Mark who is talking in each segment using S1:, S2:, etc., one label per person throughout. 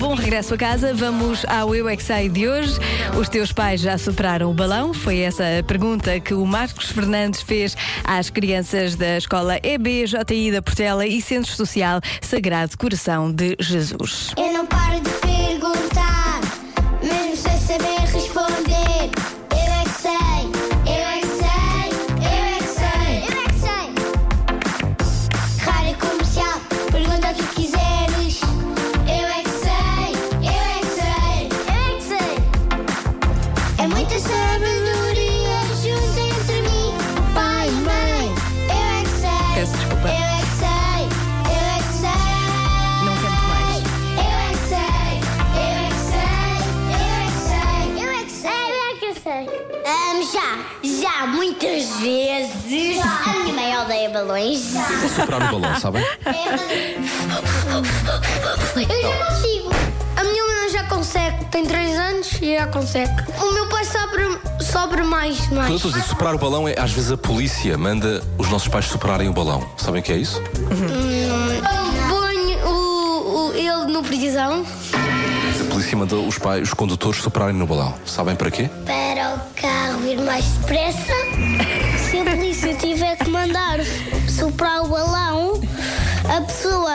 S1: bom regresso a casa. Vamos ao Eu é que Sei de hoje. Os teus pais já superaram o balão? Foi essa a pergunta que o Marcos Fernandes fez às crianças da escola EBJI da Portela e Centro Social Sagrado Coração de Jesus.
S2: Eu não paro de perguntar, mesmo sem saber responder. Eu é que sei, eu é que sei, eu é que sei, eu é que sei. Rádio comercial, pergunta o que quiseres. Eu é que sei, eu é que sei, eu é que sei. É muita sabedoria junto entre mim, pai e mãe. Eu é que sei.
S1: Peço desculpa.
S2: Eu é que sei, eu é que sei.
S1: Não canto mais.
S2: Eu é que sei, eu é que sei, eu é que sei. Eu é que sei, eu é que sei. já, já, muitas vezes. A minha mãe odeia balões. Já.
S3: Superar o balão, sabem?
S2: Eu já consigo. A minha irmã já consegue. Tem 3 anos e já consegue. O meu pai sobre, sobre mais,
S3: Quando eu
S2: mais.
S3: estou a dizer superar o balão, é às vezes a polícia manda os nossos pais superarem o balão. Sabem o que é isso?
S2: Põe o, o- ele no prisão.
S3: A polícia manda os pais, os condutores superarem no balão. Sabem para quê?
S2: Para o carro ir mais depressa. Se a polícia tiver que mandar soprar o balão, a pessoa,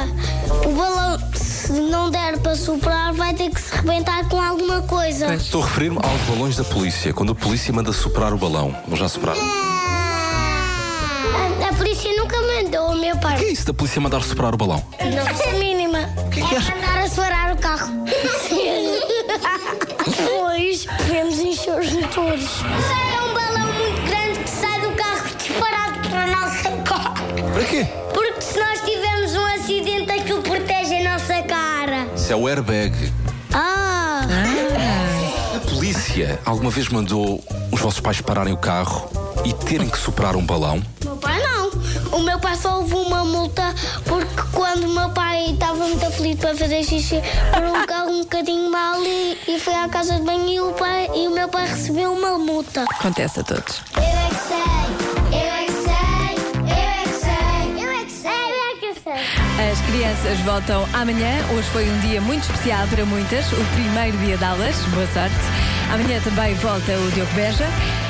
S2: o balão, se não der para soprar, vai ter que se rebentar com alguma coisa.
S3: Estou a referir-me aos balões da polícia. Quando a polícia manda superar o balão, eles já superaram. O
S2: A, a polícia nunca mandou o meu
S3: que é
S2: pai.
S3: isso da polícia mandar superar o balão?
S2: Não é mínima. É andar a separar o carro. Depois vemos enxergos de todos. É um balão muito grande que sai do carro disparado para a nossa cara.
S3: Para quê?
S2: Porque se nós tivermos um acidente, aquilo protege a nossa cara.
S3: Isso é o airbag.
S2: Ah!
S3: A polícia alguma vez mandou os vossos pais pararem o carro e terem que superar um balão?
S2: meu pai não. O meu pai só levou uma multa porque quando o meu pai estava muito aflito para fazer xixi, parou o carro um bocadinho mal e, e foi à casa de banho e o, pai, e o meu pai recebeu uma multa.
S1: Acontece a todos.
S2: Eu é que sei, eu é que sei, eu é que sei, eu é que sei, eu é que sei.
S1: As crianças voltam amanhã. Hoje foi um dia muito especial para muitas. O primeiro dia de aulas. Boa sorte. Amanhã também volta o Diogo Beja.